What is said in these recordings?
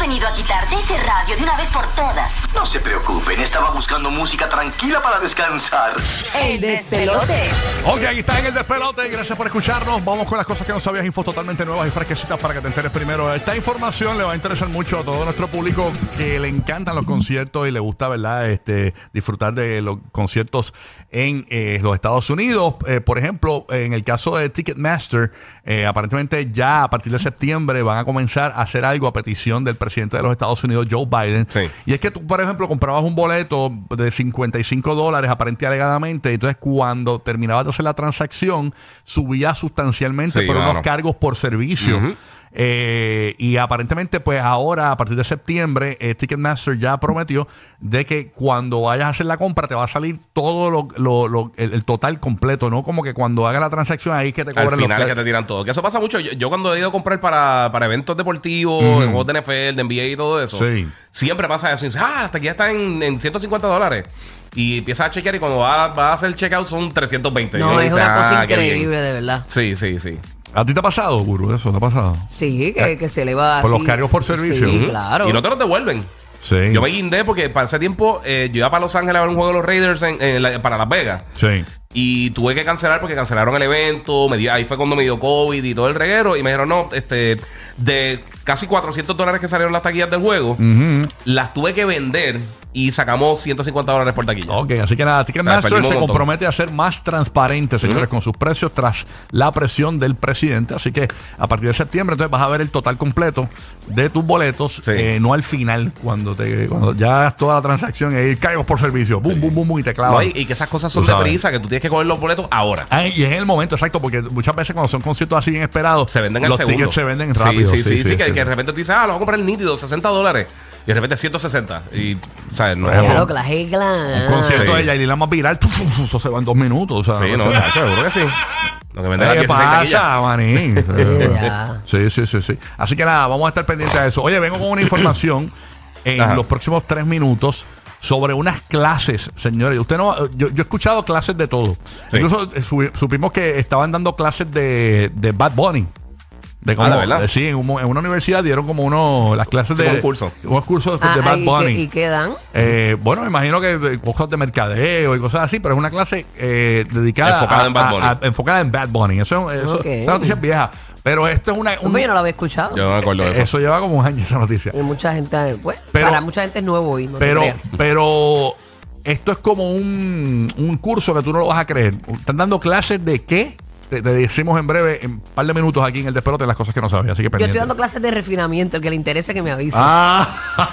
venido a quitarte ese radio de una vez por todas. No se preocupen, estaba buscando música tranquila para descansar. El despelote. Ok, ahí está en el despelote. Gracias por escucharnos. Vamos con las cosas que no sabías, info totalmente nuevas y fresquecitas para que te enteres primero. Esta información le va a interesar mucho a todo nuestro público que le encantan los conciertos y le gusta, ¿verdad? Este, disfrutar de los conciertos en eh, los Estados Unidos. Eh, por ejemplo, en el caso de Ticketmaster, eh, aparentemente ya a partir de septiembre van a comenzar a hacer algo a petición del presidente de los Estados Unidos, Joe Biden. Sí. Y es que tú, por ejemplo, comprabas un boleto de 55 dólares, aparente y alegadamente, y entonces cuando terminabas de hacer la transacción, subía sustancialmente Sí, por claro. unos cargos por servicio. Eh, y aparentemente, pues ahora, a partir de septiembre, eh, Ticketmaster ya prometió de que cuando vayas a hacer la compra te va a salir todo lo, lo- lo- el, el total completo, ¿no? Como que cuando hagas la transacción ahí que te Al cobran los final que car- te tiran todo. Que eso pasa mucho. Yo, yo cuando he ido a comprar para, para eventos deportivos, en juegos de NFL, de NBA y todo eso, Sí. siempre pasa eso. Y dices, ah, hasta aquí ya está en, en 150 dólares. Y empiezas a chequear y cuando vas va a hacer el checkout son 320. Y No, uno es dice, una cosa "Ah, qué bien". increíble, de verdad. Sí, sí, sí. ¿A ti te ha pasado, Guru? Eso te ha pasado. Sí, que, que se eleva. Eh, Por los así. cargos por servicio. Sí, Ujú. claro. Y no te lo devuelven. Sí. Yo me guindé porque para ese tiempo eh, yo iba para Los Ángeles a ver un juego de los Raiders en- en la- para Las Vegas. Sí. Y tuve que cancelar porque cancelaron el evento. Me di- ahí fue cuando me dio COVID y todo el reguero. Y me dijeron, no, este, de casi 400 dólares que salieron las taquillas del juego, las tuve que vender y sacamos 150 dólares por taquilla. Ok, así que nada, perdimos Ticketmaster un se montón. compromete a ser más transparente, señores, con sus precios tras la presión del presidente. Así que a partir de septiembre, entonces vas a ver el total completo de tus boletos, Sí. eh, no al final, cuando te cuando ya hagas toda la transacción y ahí cargos por servicio, boom, boom, boom, boom, y te clavas. No, y, y que esas cosas son Tú de sabes. prisa, que tú tienes que coger los boletos ahora. Ah, y es en el momento exacto, porque muchas veces cuando son conciertos así bien esperados, Se venden al los segundo. tickets se venden rápido. Sí, sí, sí. sí, que, que de sí. repente tú dices, ah, lo voy a comprar el nítido, 60 dólares. Y de repente 160. Y, ¿sabes? No es Claro, Claro, que la regla. Un concierto Sí. de Yailila más viral, ¡puf, puf, puf! eso se va en dos minutos. O sea, Sí, no, sé. seguro que sí. Lo que venden las ¿Qué 16 taquillas. pasa, manín? Ya. sí, sí, sí, sí. Así que nada, vamos a estar pendientes de eso. Oye, vengo con una información en Ajá. los próximos tres minutos sobre unas clases, señores. Usted no, yo, yo he escuchado clases de todo. Sí. Incluso eh, su- supimos que estaban dando clases de, de Bad Bunny. De cómo- Ah, ¿de verdad? eh, Sí, en, un mo- en una universidad dieron como uno las clases Sí, de como un curso. unos cursos de Ah, Bad ¿y Bunny. qué- ¿Y qué dan? Eh, bueno, me imagino que eh, cosas de mercadeo y cosas así, pero es una clase eh, dedicada Enfocada a- en Bad Bunny. a- a- enfocada en Bad Bunny. Eso, eso Ok. esa noticia es vieja. Pero esto es una. un- Hombre, Pues yo no lo había escuchado. Yo no me acuerdo de eh, eso. eso lleva como un año esa noticia. Y mucha gente, bueno, Pero- para mucha gente es nuevo hoy. No te Pero, creas. pero esto es como un, un curso que tú no lo vas a creer. ¿Están dando clases de qué? Te, te decimos en breve, en un par de minutos aquí en el despelote, las cosas que no sabes. Así que yo pendiente. estoy dando clases de refinamiento, el que le interese que me avise. Ah,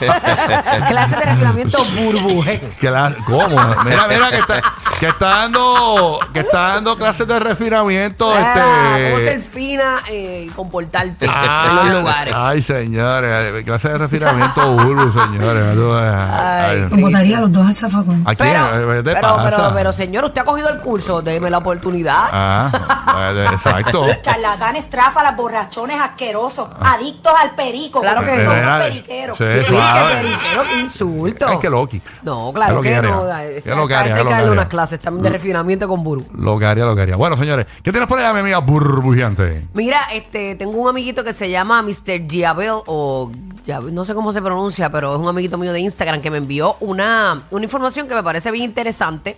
Clases de refinamiento burbujex. que la- ¿Cómo? Mira, mira, que está, que está dando que está dando clases de refinamiento. Ah, este, ¿Cómo ser fina eh, y comportarte Ah, en los lugares? Ay, señores, clases de refinamiento Uru, señores. Tú, eh, Ay, ay. Cristo. Votaría a los dos a zafacón. ¿A quién? Pero, Eh, pero, ¿qué te pero, pasa? pero, señor, usted ha cogido el curso, déjeme la oportunidad. Ah, eh, exacto. charlatanes, tráfalas, borrachones asquerosos, adictos al perico, Claro como que si no. fueran Era- periqueros. sí, Sí, suave. qué periquero, qué insulto. Es que Loki. No, Es claro lo que que, haría. no. Es lo que haría, Hay es que lo que darle haría. unas clases también de Mm. refinamiento con burbu. Lo que haría, lo que haría. Bueno, señores, ¿qué tienes por allá, mi amiga burbujeante? Mira, este, tengo un amiguito que se llama Mr. Giabel o Giabel, no sé cómo se pronuncia, pero es un amiguito mío de Instagram que me envió una, una información que me parece bien interesante.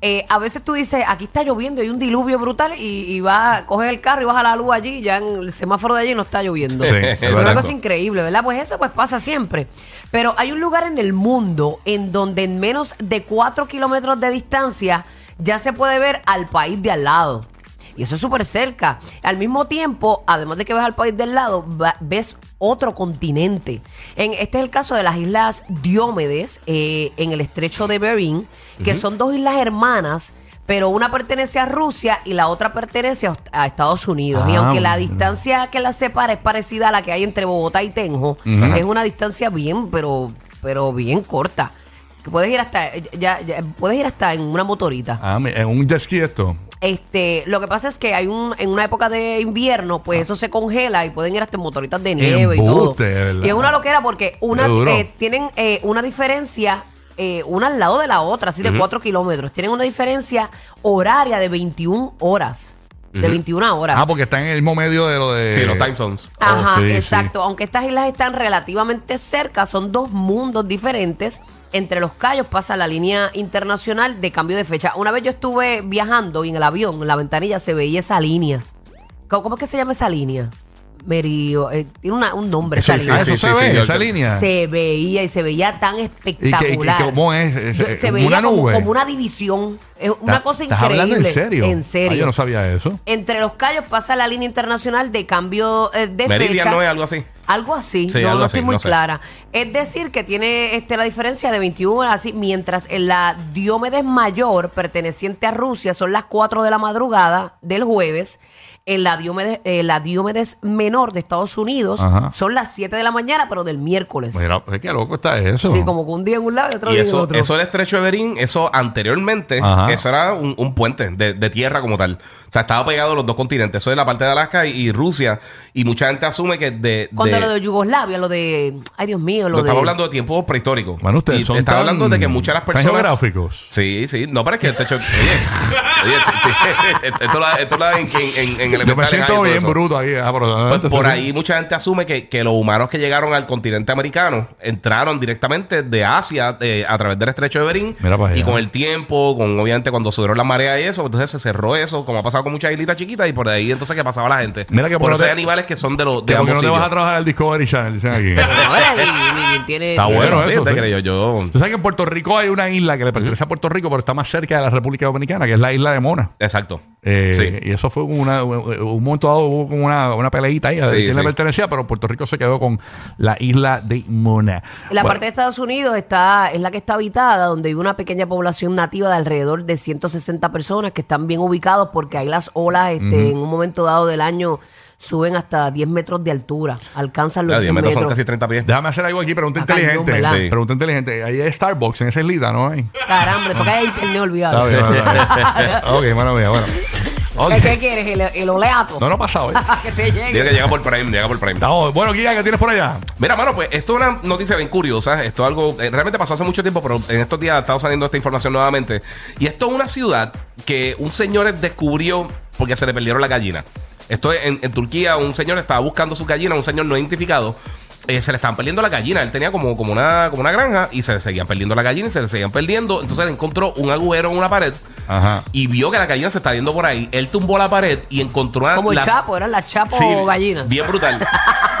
Eh, a veces tú dices, aquí está lloviendo, hay un diluvio brutal y, y vas, coges el carro y vas a la luz allí, y ya en el semáforo de allí no está lloviendo. Sí, Pero es una verdad. cosa increíble, ¿verdad? Pues eso pues pasa siempre. Pero hay un lugar en el mundo en donde en menos de 4 kilómetros de distancia ya se puede ver al país de al lado. Y eso es súper cerca. Al mismo tiempo, además de que ves al país del lado, va- ves otro continente. En, este es el caso de las islas Diómedes, eh, en el estrecho de Bering, que son dos islas hermanas, pero una pertenece a Rusia y la otra pertenece a, a Estados Unidos. y Ah, aunque la bueno. distancia distancia que la separa es parecida a la que hay entre Bogotá y Tenjo. Ujú. Es una distancia bien, pero, pero bien corta. Que puedes ir hasta, eh, ya, ya- puedes ir hasta en una motorita. Ah, mi- en un jet ski esto. Este, lo que pasa es que hay un, en una época de invierno, pues eso se congela y pueden ir hasta en motoritas de nieve Ah. Embuste, y de todo. verdad. Y es una loquera porque una Qué duro. eh, tienen eh, una diferencia, eh, una al lado de la otra, así de cuatro kilómetros. Tienen una diferencia horaria de 21 horas. de 21 horas. Ah, porque está en el mismo medio de lo de. Sí, los time zones. Oh, Ajá, sí, sí. Ah, exacto. Aunque estas islas están relativamente cerca, son dos mundos diferentes. Entre los callos pasa la línea internacional de cambio de fecha. Una vez yo estuve viajando y en el avión, en la ventanilla, se veía esa línea. ¿Cómo, cómo es que se llama esa línea? Merio, eh, tiene una- un nombre Eso, esa sí, línea. ah, eso sí, se sí, ve, sí, esa yo- línea. Se veía y se veía tan ¿Y que, y espectacular. que- cómo es? Es- Yo- es se como veía una como- nube. Como, una división. Es una Ta- cosa ¿Estás increíble. hablando en serio? En serio. Ah, yo no sabía eso. Entre los callos pasa la línea internacional de cambio eh, de Meridian fecha. no es algo así. Algo así, Sí, no, algo no estoy así, muy no sé. clara. Es decir, que tiene este, la diferencia de 21 horas, así, mientras en la Diómedes Mayor, perteneciente a Rusia, son las 4 de la madrugada del jueves. En la Diómedes, eh, la Diómedes Menor de Estados Unidos Ajá. son las 7 de la mañana, pero del miércoles. Mira, pues, qué loco está eso. Sí, como que un día en un lado y otro Y día en eso, otro. eso del estrecho de Berín, eso anteriormente, Ajá. eso era un, un puente de, de tierra como tal. O sea, estaba pegado a los dos continentes. Eso es la parte de Alaska y, y Rusia. Y mucha gente asume que de. Cuando de- lo de Yugoslavia, lo de. Ay, Dios mío, lo no de. estamos hablando de tiempos prehistóricos. Bueno, ustedes Y son Estamos tan- hablando de que muchas de las tan personas. geográficos. Sí, sí. No, pero es que el techo. Oye, oye, sí, sí. esto lo esto lo en, en, en, en Yo me elementales hay siento todo bien eso. bruto ahí. ah, pero- Pues por sí. ahí mucha gente asume que, que los humanos que llegaron al continente americano entraron directamente de Asia eh, a través del estrecho de Berín. Mira para allá. y con el tiempo, con obviamente cuando subieron las mareas y eso, pues, entonces se cerró eso, como ha pasado con muchas islitas chiquitas, y por ahí entonces que pasaba la gente. Mira que por por eso no hay te- animales que son de los de Que porque no ambos te vas a sitios. trabajar al Discovery Channel, dicen aquí. Ahora, y- y- y tiene- Está bueno Sí, eso, te sí. creo yo. Tú sabes que en Puerto Rico hay una isla que le pertenece a Puerto Rico, pero está más cerca de la República Dominicana, que es la isla de Mona. Exacto. Eh, Sí. Y eso fue una, un momento dado, hubo como una, una peleita ahí, a ver Sí, quién le sí. pertenecía, pero Puerto Rico se quedó con la isla de Mona. La Bueno, parte de Estados Unidos está es la que está habitada, donde vive una pequeña población nativa de alrededor de 160 personas que están bien ubicados porque ahí las olas este, en un momento dado del año suben hasta 10 metros de altura, alcanzan los Claro, 10 diez metros metros. son casi 30 pies. Déjame hacer algo aquí, pregunta Está cañón, inteligente. ¿verdad? Sí. Pregunta inteligente. Ahí hay Starbucks en esa islita, ¿no? hay? Caramba, porque hay internet olvidado. Está bien, está bien. ok, mano mía, bueno. Ok. ¿Qué, qué quieres? El, el oleato. Ah, No, no ha pasado, ¿eh? que te llegue. Llega, llega por Prime, llega por Prime. Estamos- Bueno, Guía, ¿qué tienes por allá? Mira, mano, pues esto es una noticia bien curiosa. Esto es algo, eh, realmente pasó hace mucho tiempo, pero en estos días ha estado saliendo esta información nuevamente. Y esto es una ciudad que un señor descubrió porque se le perdieron las gallinas. Esto es en, en Turquía, un señor estaba buscando sus gallinas, un señor no identificado. eh, se le estaban perdiendo las gallinas. Él tenía como, como, una, como una granja y se le seguían perdiendo las gallinas y se le seguían perdiendo. Entonces él encontró un agujero en una pared Ah. Ajá. y vio que la gallina se está viendo por ahí. Él tumbó la pared y encontró una- Como el la- chapo, eran las chapo Sí, o gallinas. Bien brutal.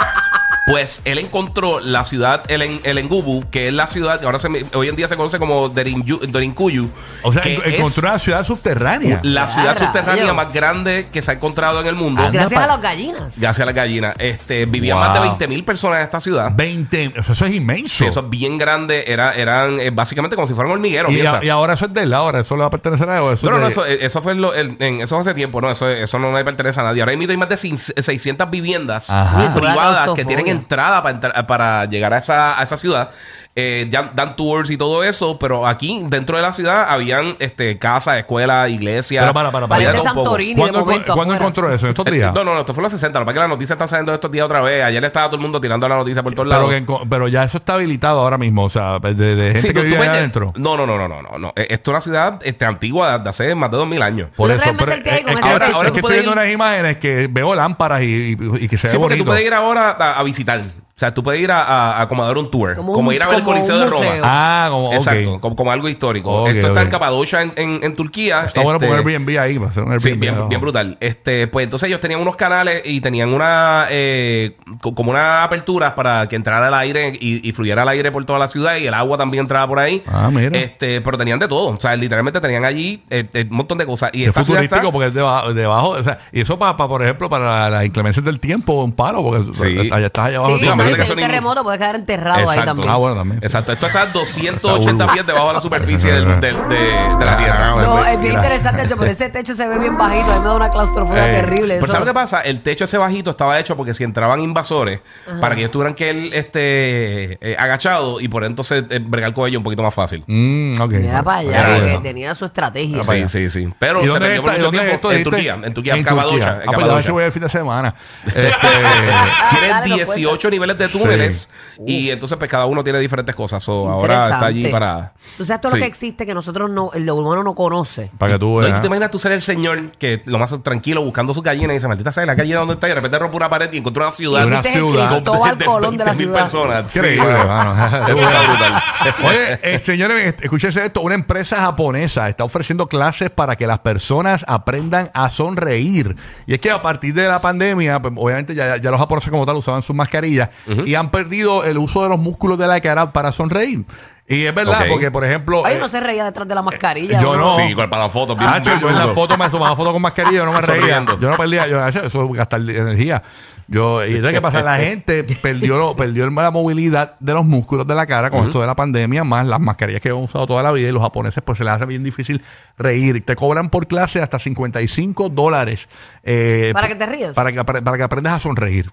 Pues él encontró la ciudad Elen- Elengubu, que es la ciudad que ahora se me- hoy en día se conoce como Derinyu- Derinkuyu. O sea, que en- es Uh, encontró una ciudad subterránea. la ciudad Claro, subterránea yo. más grande que se ha encontrado en el mundo. Ah, gracias pa- a las gallinas. Gracias a las gallinas. Este, vivían Wow. más de 20 mil personas en esta ciudad. 20. o sea, eso es inmenso. Sí, eso es bien grande. Era, eran eh, básicamente como si fueran hormigueros. y, piensa. a- y ahora eso es de él, ahora eso le va a pertenecer a él. o Eso No, no, es no, de- eso, eh, eso fue en lo- el- en- eso hace tiempo, no, eso, eso no le pertenece a nadie. Ahora mismo hay más de cin- 600 viviendas Ajá. Y eso da privadas que claustrofobia. tienen entrada para, entrar- eh, para llegar a esa, a esa ciudad. Eh, ya dan tours y todo eso, pero aquí dentro de la ciudad habían este, casas, escuelas, iglesias. Pero para, para, para. Había Parece de todo un poco. Santorini de ¿Cuándo, enco- momento. cuándo afuera. encontró eso? ¿En estos Eh, días? No, no, no, esto fue en los 60. Lo que pasa es que las noticias están saliendo estos días otra vez. Ayer estaba todo el mundo tirando la noticia por todos pero, lados. que enco- pero ya eso está habilitado ahora mismo, o sea, de, de gente Sí, que tú- tú vive ves- allá adentro. No, no, no, no, no, no, no. Eh, Esto es una ciudad este, antigua de hace más de 2000 años. Por Tú eso, te pero metes el pie es, con es ese que ahora, techo. ahora es que Tú estoy puedes viendo ir- unas imágenes que veo lámparas y, y- y que se ve Sí, porque bonito. tú puedes ir ahora a, a visitar. O sea, tú puedes ir a, a, a como a dar un tour. Como Como, un- ir a ver el como un Coliseo de Roma. museo. Ah, como, ok. Exacto, como, como algo histórico. Ok, Esto está ok. en Capadocia, en, en, en Turquía. Está bueno Este, poner Airbnb ahí, va a ser un Airbnb. Sí, bien, ¿no? bien brutal. Este, pues entonces ellos tenían unos canales y tenían una eh, co- como una apertura para que entrara el aire y, y fluyera el aire por toda la ciudad y el agua también entraba por ahí. Ah, mira. Este, pero tenían de todo. O sea, literalmente tenían allí eh, eh, un montón de cosas. Y Es esta ciudad futurístico está- porque es deba- debajo, o sea, y eso para, por ejemplo, para las inclemencias del tiempo, un palo, porque Sí. allá estás allá abajo. Sí, tú Mira, no, mira y que si hay son un in- terremoto puedes quedar enterrado ahí también. Ah, bueno, también. Exacto, esto está a 280 pies debajo de la superficie del- del- de, de la Tierra. Ah, No, pues, es bien mira. interesante, hecho, pero ese techo se ve bien bajito. A mí me da una claustrofobia Eh, terrible. Pero eso. pues, ¿sabes lo que pasa? El techo ese bajito estaba hecho porque si entraban invasores, para que ellos tuvieran que él este, eh, agachado y por entonces eh, bregar con ellos un poquito más fácil. Mm, ok. Mira para allá, Mira porque eso. tenía su estrategia. Sí, sí, sí. Pero ¿Y se dónde perdió por está? ¿Y mucho dónde es esto? tiempo en dijiste? Turquía, en Turquía, en Turquía. Capadocia. en Ah, pues ya Capadocia. voy a ir el fin de semana. Tiene Este, Dale, nos 18 niveles miles de túneles. Y entonces, pues cada uno tiene diferentes cosas. So, ahora está allí Interesante. para. Tú sabes todo Sí. lo que existe que nosotros no, el humano no conoce. Para que tú No, y tú veas. te imaginas tú ser el señor que lo más tranquilo buscando su gallina y dice, maldita sea, la gallina donde está y de repente rompe una pared y encuentra una ciudad. Una con- Este es el ciudad. Cristóbal Colón de la 20.000 ciudad. personas. Sí. Increíble, mano. Es brutal, brutal. Oye, eh, señores, est- escúchense esto. Una empresa japonesa está ofreciendo clases para que las personas aprendan a sonreír. Y es que a partir de la pandemia, pues, obviamente ya, ya los japoneses como tal usaban sus mascarillas y han perdido el uso de los músculos de la cara para sonreír. Y es verdad, Ok. porque por ejemplo... Ay, eh, uno se reía detrás de la mascarilla. yo uno- no. Sí, con- para la foto. bien- Ah, yo, bien yo en la bruto. foto me tomaba foto con mascarilla, yo no me reía. Sonriendo. Yo no perdía, yo, eso eso es gastar energía. Yo, y entonces, ¿qué pasa? La gente perdió, lo- perdió la movilidad de los músculos de la cara con esto de la pandemia, más las mascarillas que hemos usado toda la vida y los japoneses pues se les hace bien difícil reír. Te cobran por clase hasta 55 dólares. eh, ¿Para que te rías? Para que, para, para que aprendas a sonreír.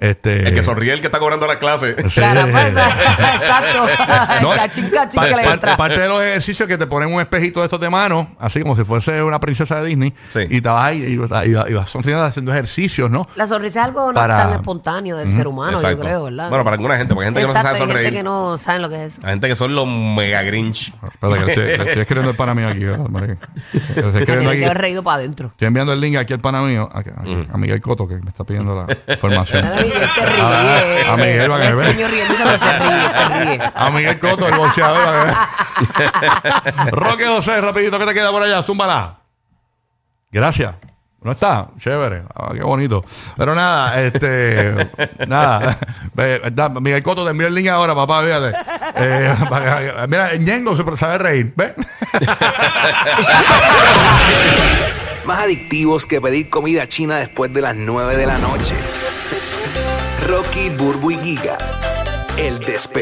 Este, El que sonríe el que está cobrando la clase. Sí. Cara, pues, exacto. No, eh, cachín, cachín pa- que le pa- entra. Parte de los ejercicios que te ponen un espejito de estos de mano, así como si fuese una princesa de Disney, Sí. y te vas ahí y, vas- y vas- y vas sonriendo haciendo ejercicios, ¿no? La sonrisa es algo no Para- tan espontáneo del ser humano, Exacto. yo creo, ¿verdad? Bueno, para alguna gente, porque hay gente Exacto, que no se hay sabe sonreír. gente que no saben lo que es eso. Hay gente que son los mega grinch. Espérate, que le estoy, le estoy escribiendo el pana mío aquí. ¿verdad, María? Se Le Estoy, escribiendo tiene que aquí. haber reído para adentro. Estoy enviando el link aquí al pana mío, a, a- a Miguel Coto, que me está pidiendo la información. Mira, Miguel se ríe. A, a Miguel, para que El vea. niño riéndose, pero se ríe, se ríe. A Miguel Coto, el boxeador. para que vea. Roque José, rapidito, ¿qué te queda por allá? Zúmbala. Gracias. No está, chévere, Ah, qué bonito. Pero nada, este, nada. Ve, da- Miguel Coto te envió el link ahora, papá, fíjate. Eh, para que- mira, Ñengo se sabe reír, ¿ves? Más adictivos que pedir comida china después de las 9 de la noche. Rocky, Burbu y Giga. El despelote.